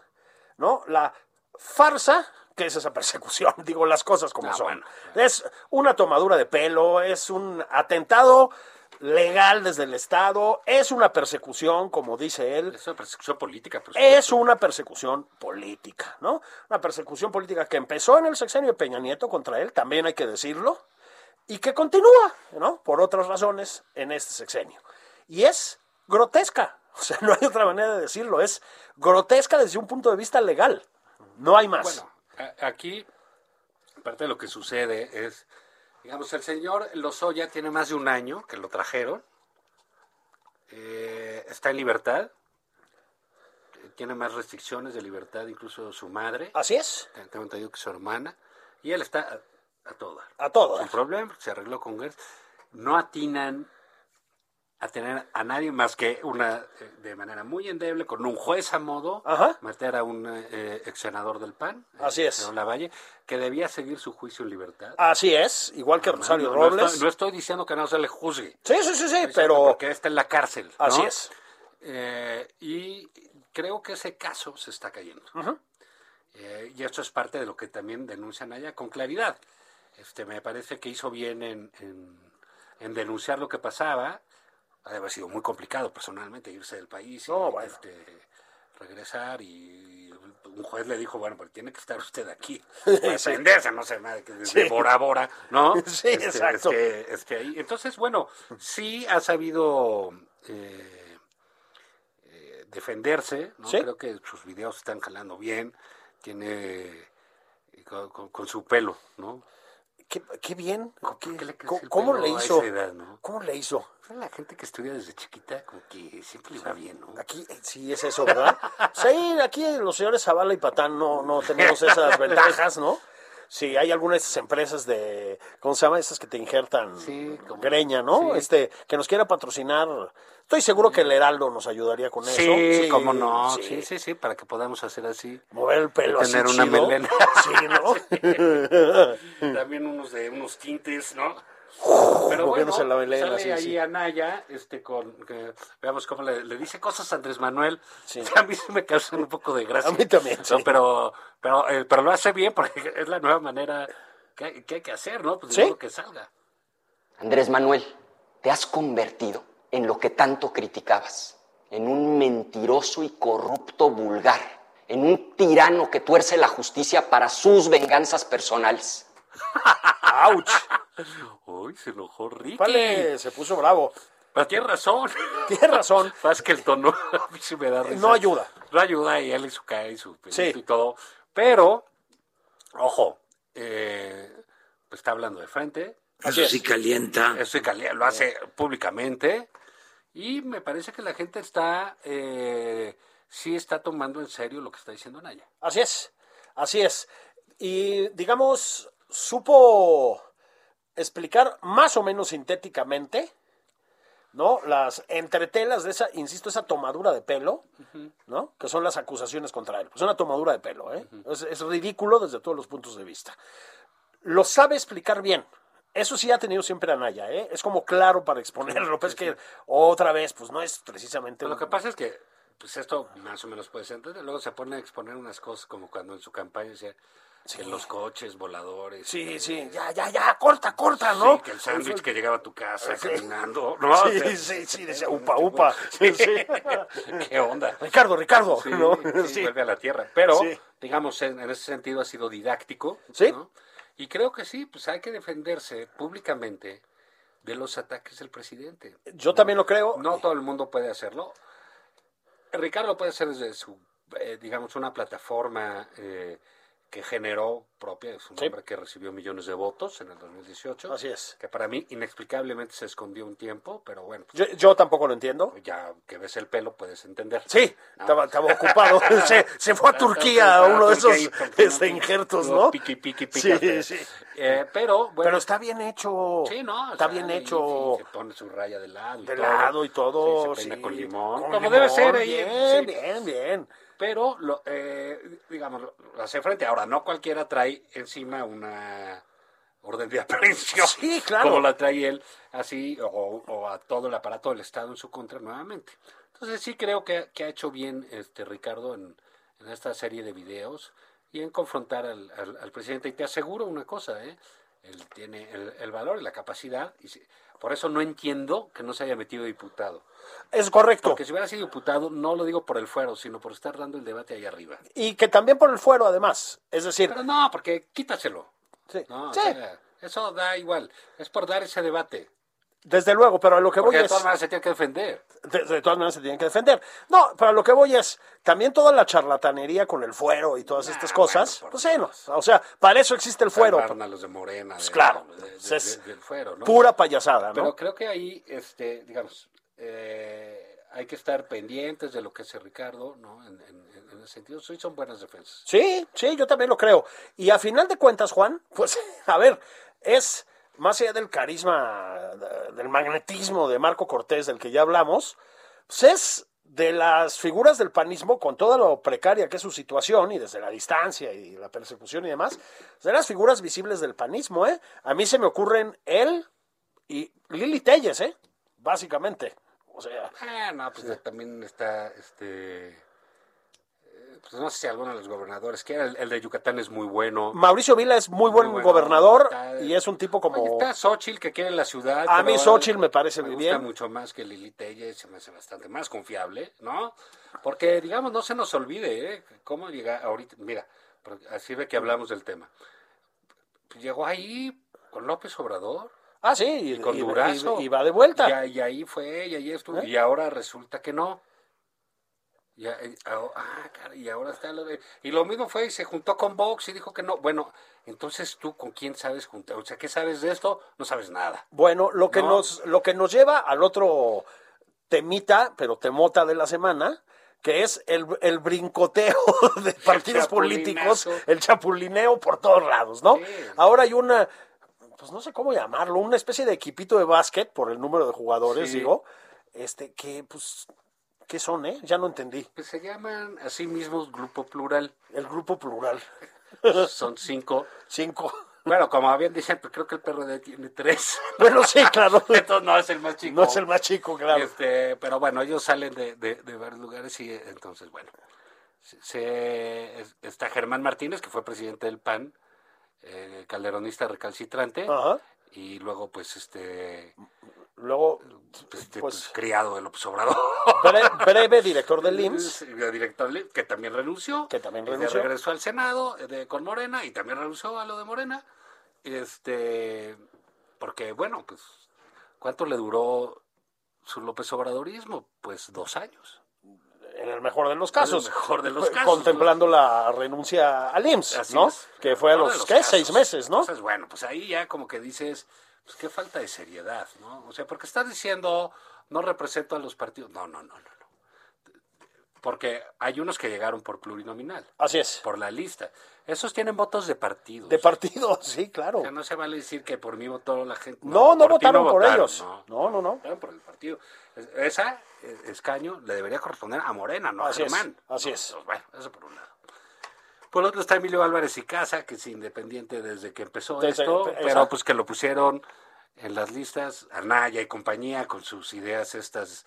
¿no? La farsa que es esa persecución, digo las cosas como
Ah,
son.
bueno.
Es una tomadura de pelo, es un atentado legal desde el Estado, es una persecución, como dice él.
Es una persecución política, por supuesto.
Es una persecución política, ¿no? Una persecución política que empezó en el sexenio de Peña Nieto contra él, también hay que decirlo, y que continúa, ¿no? Por otras razones en este sexenio. Y es grotesca, o sea, no hay otra manera de decirlo, es grotesca desde un punto de vista legal, no hay más.
Bueno, a- aquí parte de lo que sucede es, digamos, el señor Lozoya tiene más de un año que lo trajeron, eh, está en libertad, eh, tiene más restricciones de libertad, incluso su madre,
Así es,
te- tengo entendido que su hermana, y él está a, a toda.
a todo. ¿eh?
Sin problema, se arregló con Gertz. No atinan a tener a nadie más que una, eh, de manera muy endeble, con un juez a modo,
Ajá.
meter a un eh, ex senador del PAN, eh,
Así es.
León Lavalle, que debía seguir su juicio en libertad.
Así es, igual que
Hermano,
Rosario
Ah, no
Robles.
estoy- no estoy diciendo que no se le juzgue.
Sí, sí, sí, sí,
Estoy diciendo
pero
Porque está en la cárcel. ¿no?
así es.
Eh, y creo que ese caso se está cayendo.
Ujú.
Eh, y esto es parte de lo que también denuncian allá con claridad. Este, me parece que hizo bien en, en- en denunciar lo que pasaba. Ha de haber sido muy complicado personalmente irse del país y
No, bueno.
este, regresar. Y un juez le dijo, bueno, pero tiene que estar usted aquí. Para Defenderse, no sé, nada, que desde
Sí.
Bora Bora, ¿no?
Sí, exacto.
este, este, ahí. Entonces, bueno, sí ha sabido... eh, eh, defenderse, ¿no?
Sí.
creo que sus videos están jalando bien, tiene eh, con, con- con su pelo, ¿no?
Qué, qué bien. qué-
qué le crece
¿Cómo,
el
cómo
pelo
le
a
hizo?
esa edad, no?
¿Cómo le hizo?
La gente que estudia desde chiquita, como que siempre le va bien, ¿no?
Aquí eh, sí es eso, ¿verdad? Sí, aquí los señores Zavala y Patán no, no tenemos esas ventajas, ¿no? Sí, hay algunas empresas de, ¿cómo se llama? Esas que te injertan
Sí, como-
greña, ¿no?
sí.
Este, que nos quiera patrocinar. Estoy seguro que el Heraldo nos ayudaría con eso.
Sí, cómo no, sí. sí, sí, para que podamos hacer así.
Mover el pelo así
Tener una
chido.
melena.
Sí, ¿no? Mm.
También unos de unos tintes, ¿no? Pero bueno,
moviéndose la melena,
sale
sí,
ahí
sí.
Anaya, este, con, que- veamos cómo le, le dice cosas a Andrés Manuel.
Sí.
que A mí se me causan un poco de gracia.
A mí también,
No,
sí.
pero, pero, eh, pero lo hace bien porque es la nueva manera que, hay- que hay que hacer, ¿no? Pues de
Sí.
modo que salga.
Andrés Manuel, te has convertido en lo que tanto criticabas, en un mentiroso y corrupto vulgar, en un tirano que tuerce la justicia para sus venganzas personales.
¡Auch!
Uy, se enojó Ricky.
Vale, se puso bravo.
Pero tiene razón.
Tienes razón.
Más que el tono a mí sí me da risa.
No ayuda.
No ayuda y él y su cara y su pelito
Sí.
y todo. Pero, ojo, eh, pues está hablando de frente.
Así
Eso sí
es.
calienta.
Eso y Calea lo hace públicamente. Y me parece que la gente está, eh, sí está tomando en serio lo que está diciendo Naya.
Así es, así es. Y digamos, supo explicar más o menos sintéticamente, ¿no? Las entretelas de esa, insisto, esa tomadura de pelo, ¿no? Que son las acusaciones contra él. Pues una tomadura de pelo, ¿eh? es, es ridículo desde todos los puntos de vista. Lo sabe explicar bien. Eso sí ha tenido siempre Anaya, ¿eh? Es como claro para exponerlo. Pues que otra vez, pues no es precisamente...
Pero lo
un-
que pasa es que, pues esto más o menos puede ser. Entonces, luego se pone a exponer unas cosas como cuando en su campaña decía que los coches voladores.
Sí,
que-
sí, ya, ya, ya, corta, corta, ¿no?
Sí, que el sándwich que llegaba a tu casa
Sí.
caminando. ¿no? O sea,
Sí, sí, sí, decía upa, upa. Sí, sí.
¿Qué onda?
Ricardo, Ricardo.
Sí,
¿no?
sí,
Sí.
vuelve a la tierra. Pero,
Sí.
digamos, en, en ese sentido ha sido didáctico.
Sí.
¿no? Y creo que sí, pues hay que defenderse públicamente de los ataques del presidente.
Yo eh, también lo creo.
No todo el mundo puede hacerlo. Ricardo lo puede hacer desde su, eh, digamos, una plataforma eh, que generó propia, es un
Sí.
hombre que recibió millones de votos en el 2018.
Así es.
Que para mí inexplicablemente se escondió un tiempo, pero bueno, pues,
Yo, yo tampoco lo entiendo.
ya que ves el pelo puedes entender.
Sí,
Ah.
estaba, estaba ocupado. se, se fue a Turquía a uno de esos este, injertos, ¿no?
Piqui, piqui, piqui,
Sí,
hasta-
sí.
Eh, pero, bueno,
Pero está bien hecho.
Sí, no.
Está
sale
bien
ahí,
hecho.
sí, se pone su raya de lado. y
De
todo.
lado y todo.
Sí, se peina
sí.
con limón.
Con
como
limón,
debe ser ahí.
Bien,
sí.
bien, bien.
Pero, lo, eh, digamos, lo hace frente. Ahora, no cualquiera trae encima una orden de aprehensión.
Sí, claro.
Como la trae él, así, o, o a todo el aparato del Estado en su contra nuevamente. Entonces, sí creo que, que ha hecho bien este Ricardo en, en esta serie de videos y en confrontar al, al- al presidente. Y te aseguro una cosa, ¿eh? Él tiene el, el valor y la capacidad. Y si- por eso no entiendo que no se haya metido diputado.
Es correcto.
Porque si hubiera sido diputado, no lo digo por el fuero, sino por estar dando el debate ahí arriba.
Y que también por el fuero, además. Es decir,
Pero no, porque quítaselo.
sí,
No, o
sí,
sea, eso da igual. Es por dar ese debate.
desde luego, pero a lo que voy
Porque de
es...
todas maneras se tiene que defender.
de, de todas maneras se tienen que defender. No, pero a lo que voy es, también toda la charlatanería con el fuero y todas estas cosas,
Ah, bueno, por
pues sí, no, o sea, para eso existe el fuero,
Salvaron a los de Morena.
Pues
de-
claro,
de- de-
es
de- del fuero, ¿no?
pura payasada, ¿no?
Pero creo que ahí, este, digamos, eh, hay que estar pendientes de lo que hace Ricardo, ¿no? En, en- en- en ese sentido, sí son buenas defensas.
Sí, sí, yo también lo creo. Y a final de cuentas, Juan, pues a ver, es más allá del carisma, eh, del magnetismo de Marco Cortés, del que ya hablamos, pues es de las figuras del panismo, con toda lo precaria que es su situación y desde la distancia y la persecución y demás, es de las figuras visibles del panismo, ¿eh? A mí se me ocurren él y Lili Telles, ¿eh? Básicamente. O sea,
Ah, no, pues también está, este, eh, pues no sé si alguno de los gobernadores, que era el, el de Yucatán es muy bueno.
Mauricio Vila es muy buen
bueno,
gobernador
está-
y es un tipo como...
Oye, está Xochitl que quiere la ciudad.
A
pero
mí Xochitl me parece muy
gusta
bien.
mucho más que Lili Telle, se me hace bastante más confiable, ¿no? Porque, digamos, no se nos olvide, ¿eh? ¿Cómo llega ahorita? Mira, pero así ve que hablamos del tema. Llegó ahí con López Obrador
Ah, sí, y,
y con
y-
Durazo.
y- y va de vuelta.
Y, a- y ahí fue, y ahí estuvo,
¿Eh?
y ahora resulta que no. Y, a- y a- ah, caray, y ahora está lo de- Y lo mismo fue, y se juntó con Vox y dijo que no. Bueno, entonces tú con quién sabes juntar. O sea, ¿qué sabes de esto? No sabes nada.
Bueno, lo que,
No.
nos, lo que nos lleva al otro temita, pero temota de la semana, que es el, el brincoteo de partidos políticos,
chapulinazo.
el chapulineo por todos lados, ¿no?
Sí.
Ahora hay una, pues no sé cómo llamarlo, una especie de equipito de básquet, por el número de jugadores,
Sí.
digo, este, que pues, ¿qué son, eh? Ya no entendí.
Pues se llaman a sí mismos grupo plural.
El grupo plural,
Son cinco.
cinco.
Bueno, como bien dicen, pues creo que el PRD tiene tres.
Bueno, sí, claro.
Entonces no es el más chico.
No es el más chico, claro.
Este, pero bueno, ellos salen de, de- de varios lugares y eh, entonces, bueno, se- se- es- está Germán Martínez, que fue presidente del PAN, eh, calderonista recalcitrante,
Ajá.
y luego, pues, este,
Luego,
este, pues,
pues,
criado del Obrador.
bre- breve director del IMSS.
Director del IMSS, que también renunció.
Que también
y de
renunció.
regresó al Senado eh, de- con Morena y también renunció a lo de Morena. Este, porque, bueno, pues, ¿cuánto le duró su López Obradorismo? Pues dos años.
En el mejor de los
En el
casos.
mejor de los
Eh,
casos,
Contemplando la renuncia al IMSS,
Así
¿no?
es.
Que fue a
Uno
los,
de
¿qué?
casos.
Seis meses, ¿no?
Entonces, bueno, pues ahí ya como que dices, pues qué falta de seriedad, ¿no? O sea, porque estás diciendo, no represento a los partidos. No, no, no, no, no. Porque hay unos que llegaron por plurinominal,
Así es.
por la lista. Esos tienen votos de partidos.
De partido, sí, claro.
O sea, no se vale decir que por mí votó la gente.
No, no
por ti
votaron por
votaron,
ellos. No,
no.
no, no.
Votaron por el partido. Es- Esa eh, escaño le debería corresponder a Morena, no a
Así es,
Germán.
así
No,
es.
pues, bueno, eso por un lado. Por otro está Emilio Álvarez y Casa, que es independiente desde que empezó
Desde-
esto,
exacto.
pero pues que lo pusieron en las listas, Anaya y compañía, con sus ideas estas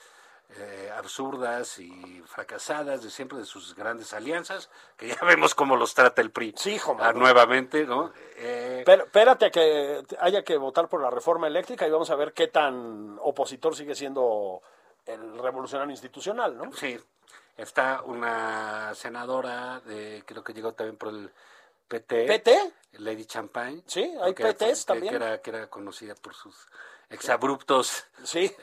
eh, absurdas y fracasadas de siempre de sus grandes alianzas, que ya vemos cómo los trata el PRI.
Sí, hijo,
Ah,
mano.
nuevamente, ¿no? Eh,
Pero espérate a que haya que votar por la reforma eléctrica y vamos a ver qué tan opositor sigue siendo el revolucionario institucional, ¿no?
Sí, está una senadora, de, creo que llegó también por el PT.
¿PT?
Lady Champagne.
Sí, hay
creo que-
PTs
que-
también.
Que era, que era conocida por sus exabruptos
Sí.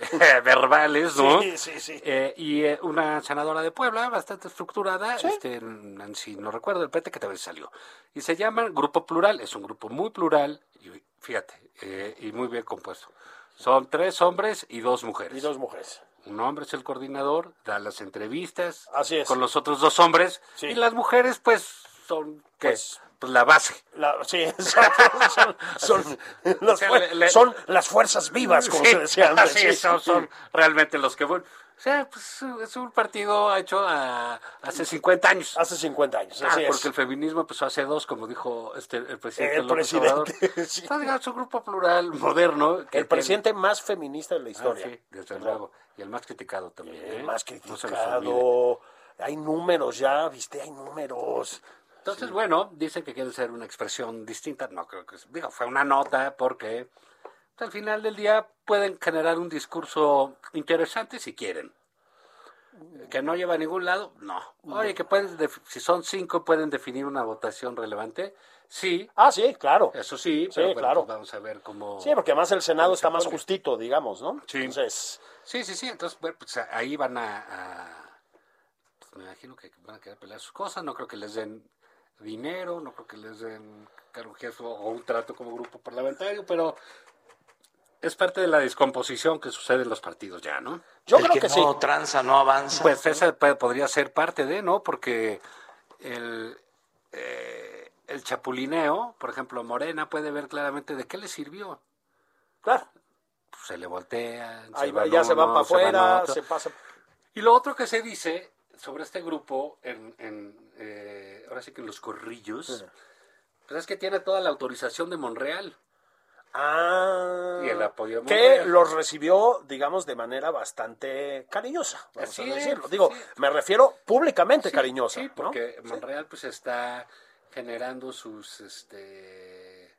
verbales, ¿no?
Sí, sí, sí.
Eh, y eh, una senadora de Puebla, bastante estructurada,
Sí.
este, Nancy, no recuerdo, el PT que también salió. Y se llama Grupo Plural, es un grupo muy plural, y fíjate, eh, y muy bien compuesto. Son tres hombres y dos mujeres.
Y dos mujeres.
Un hombre es el coordinador, da las entrevistas
Así es.
con los otros dos hombres
Sí.
y las mujeres pues son ¿qué?
Pues-
Pues, la base.
La- sí, exacto. Son, son las,
O sea,
fuer-
le- le-
son las fuerzas vivas, como
Ah, Sí,
se decía antes.
así es, son, son realmente los que vuelan. O sea, pues, es un partido hecho a- hace 50 años.
Hace 50 años,
Ah,
así es.
porque el feminismo empezó hace dos, como dijo este, el presidente
El
López
presidente,
Obrador.
sí.
Entonces, digamos, es un grupo plural, moderno. que
El
tiene-
presidente más feminista de la
Ah,
historia.
sí, desde luego. Y el más criticado también. ¿eh?
El más
No se les olvide.
criticado. hay números ya, viste, hay números.
Entonces, bueno, dice que quiere ser una expresión distinta. No creo que. Digo, fue una nota porque pues, al final del día pueden generar un discurso interesante si quieren.
Mm.
Que no lleva a ningún lado, no. Oye, que pueden, def- si son cinco, pueden definir una votación relevante. Sí,
Ah, sí, claro.
eso sí,
Sí,
pero bueno,
claro.
pues, vamos a ver cómo.
Sí, porque además el Senado
Pues se
está más
pone.
justito, digamos, ¿no?
Sí.
Entonces,
Sí, sí, sí. Entonces, bueno, pues ahí van a. a- pues, me imagino que van a querer pelear sus cosas. No creo que les den dinero, no creo que les den cargujezo o un trato como grupo parlamentario, pero es parte de la descomposición que sucede en los partidos ya, ¿no?
yo
el
creo que,
que,
sí.
no tranza no avanza.
Pues esa pe- podría ser parte de, ¿no? Porque el, eh, el chapulineo, por ejemplo, Morena puede ver claramente de qué le sirvió.
Claro,
Pues, se le voltean,
ahí
se
va-
van
ya se van para
unos, se van
afuera,
otros.
se pasa.
Y lo otro que se dice sobre este grupo, en, en, eh, ahora sí que en los corrillos, pues es que tiene toda la autorización de Monreal.
Ah,
Y el apoyo de
que
Monreal.
los recibió, digamos, de manera bastante cariñosa, vamos
Así
a
es,
decirlo. Digo,
sí.
me refiero públicamente cariñosa.
Sí,
¿no?
porque Monreal pues está generando sus, este,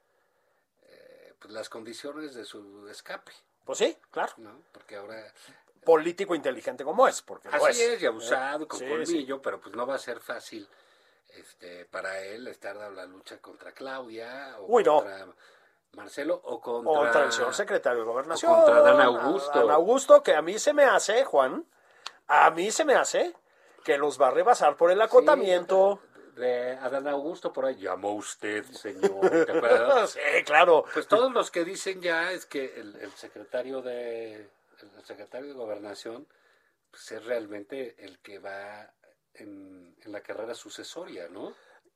eh, pues las condiciones de su escape,
Pues sí, claro.
¿no? Porque ahora
Político inteligente como es, porque lo
Así es, y abusado,
¿eh?
con
Sí, sí.
colmillo, pero pues no va a ser fácil este, para él estar dando la lucha contra Claudia o
Uy, no.
contra Marcelo o contra,
Contra el señor secretario de Gobernación.
o contra Dan Augusto.
Dan Augusto, que a mí se me hace, Juan, a mí se me hace que los va a rebasar por el acotamiento.
de Adán Augusto por ahí. Llamó usted, señor. ¿te acuerdas?
Sí, claro.
pues todos los que dicen ya es que el, el secretario de el secretario de Gobernación pues es realmente el que va en, en la carrera sucesoria, ¿no?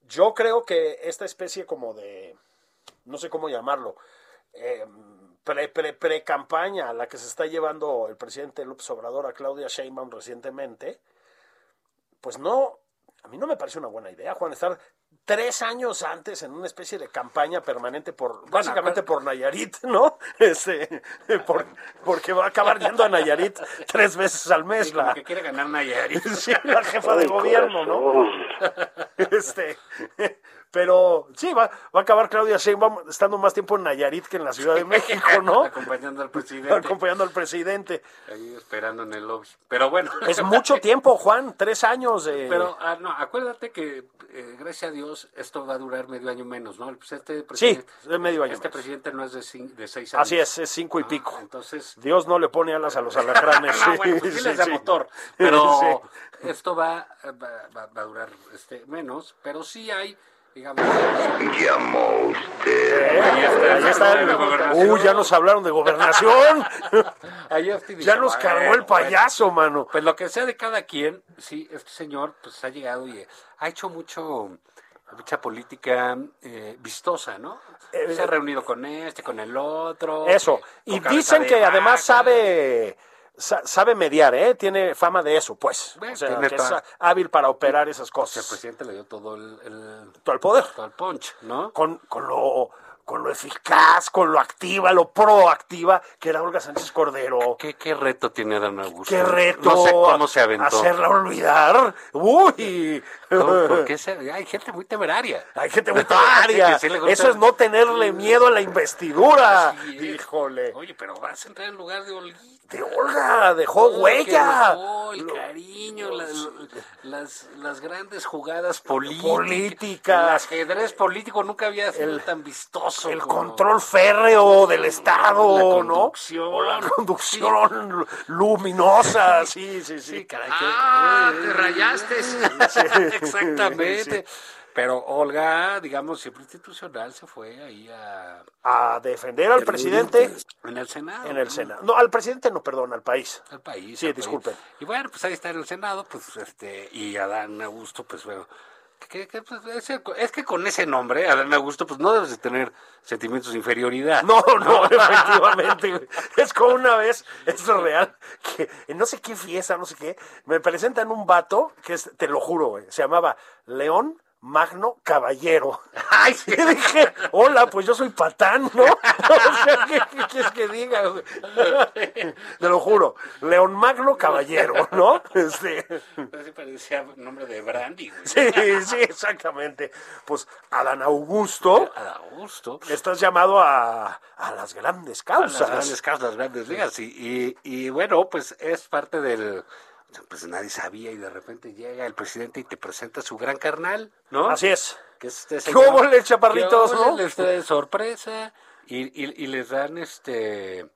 Yo creo que esta especie como de, no sé cómo llamarlo, eh, pre, pre, campaña a la que se está llevando el presidente López Obrador a Claudia Sheinbaum recientemente, pues no, a mí no me parece una buena idea, Juan, estar tres años antes en una especie de campaña permanente por, básicamente por Nayarit, ¿no? Este, por- porque va a acabar yendo a Nayarit tres veces al mes
Es lo
la,
que quiere ganar Nayarit.
sí, la jefa de gobierno, ¿no? Este, pero sí, va, va a acabar Claudia Sheinbaum estando más tiempo en Nayarit que en la Ciudad de México, ¿no?
Acompañando al presidente.
Acompañando al presidente.
Ahí esperando en el lobby. Pero bueno.
Es mucho tiempo, Juan, tres años. eh.
Pero ah, no, acuérdate que, eh, gracias a Dios, esto va a durar medio año menos, ¿no? Pues este presidente,
es medio año
Este
menos.
presidente no es de, cin- de seis años.
Así es, es cinco y
Ah,
pico.
entonces.
Dios no le pone alas a los alacranes.
Ah, bueno, pues sí, les da motor. Pero esto va, va, va- va a durar este, menos. Pero sí hay, digamos.
Ahí está, ahí está el- Uy, ya nos hablaron de gobernación.
Ahí estoy
ya
diciendo,
nos cargó el
bueno, bueno.
payaso, mano.
Pues lo que sea de cada quien, sí, este señor pues ha llegado y eh, ha hecho mucho mucha política eh, vistosa, ¿no?
Eh,
Se ha reunido con este, con el otro.
Eso.
que-
Y
con cabeza
dicen
de
que además
vaca.
sabe sa- sabe mediar, ¿eh? Tiene fama de eso, pues.
Bueno,
o sea,
tiene
que es
toda-
hábil para operar esas
O sea, el
cosas.
presidente le dio todo el, el-
Todo el poder.
todo el punch, ¿no?
Con, con lo con lo eficaz, con lo activa, lo proactiva que era Olga Sánchez Cordero.
¿Qué, qué reto tiene Dan Augusto?
Qué reto.
No sé cómo se aventó.
Hacerla olvidar. Uy.
¿Cómo? ¿Por qué se- Hay gente muy temeraria.
Hay gente muy tarea.
Sí, que sí le gusta.
Eso es no tenerle miedo a la investidura.
Así es.
Híjole.
Oye, pero vas a entrar en lugar de Olguita.
De Olga, dejó
Todo lo que
Oh, huella.
dejó, el
Lo-
cariño, la- las, las grandes jugadas políticas.
Políticas.
El ajedrez político nunca había sido tan vistoso.
el
como-
control férreo del Estado,
La
¿no?
conducción.
O la conducción luminosa, sí, sí, sí.
Sí, caray, ¡Ah, te rayaste! Exactamente. Pero Olga, digamos, siempre institucional, se fue ahí a,
A defender al presidente
en el Senado.
en el Senado. No, al presidente no, perdón, al país.
Al país.
Sí,
al país.
disculpen.
Y bueno, pues ahí está en el Senado, pues este, y Adán Augusto, pues bueno, que- que, pues, es, el- es que con ese nombre, Adán Augusto, pues no debes de tener sentimientos de inferioridad.
No, no, efectivamente. güey. Es como una vez, esto es real, que en no sé qué fiesta, no sé qué, me presentan un vato que es, te lo juro, güey, se llamaba León Magno Caballero.
Ay, sí.
Y dije, hola, pues yo soy patán, ¿no? O sea, ¿qué, qué quieres que diga? güey? Te lo juro, León Magno Caballero, ¿no? Este,
Así parecía nombre de Brandy, güey.
sí, sí, exactamente. Pues Adán Augusto,
Adán Augusto.
estás llamado a, a las grandes
a
causas.
las grandes casas, las grandes ligas. Y, y, y, bueno, pues es parte del. Pues nadie sabía y de repente llega el presidente y te presenta su gran carnal, ¿no?
Así es.
Que es este
¿Qué
señor.
hubo, le, chaparritos,
Que hubo,
no?
Les trae sorpresa y, y, y les dan este.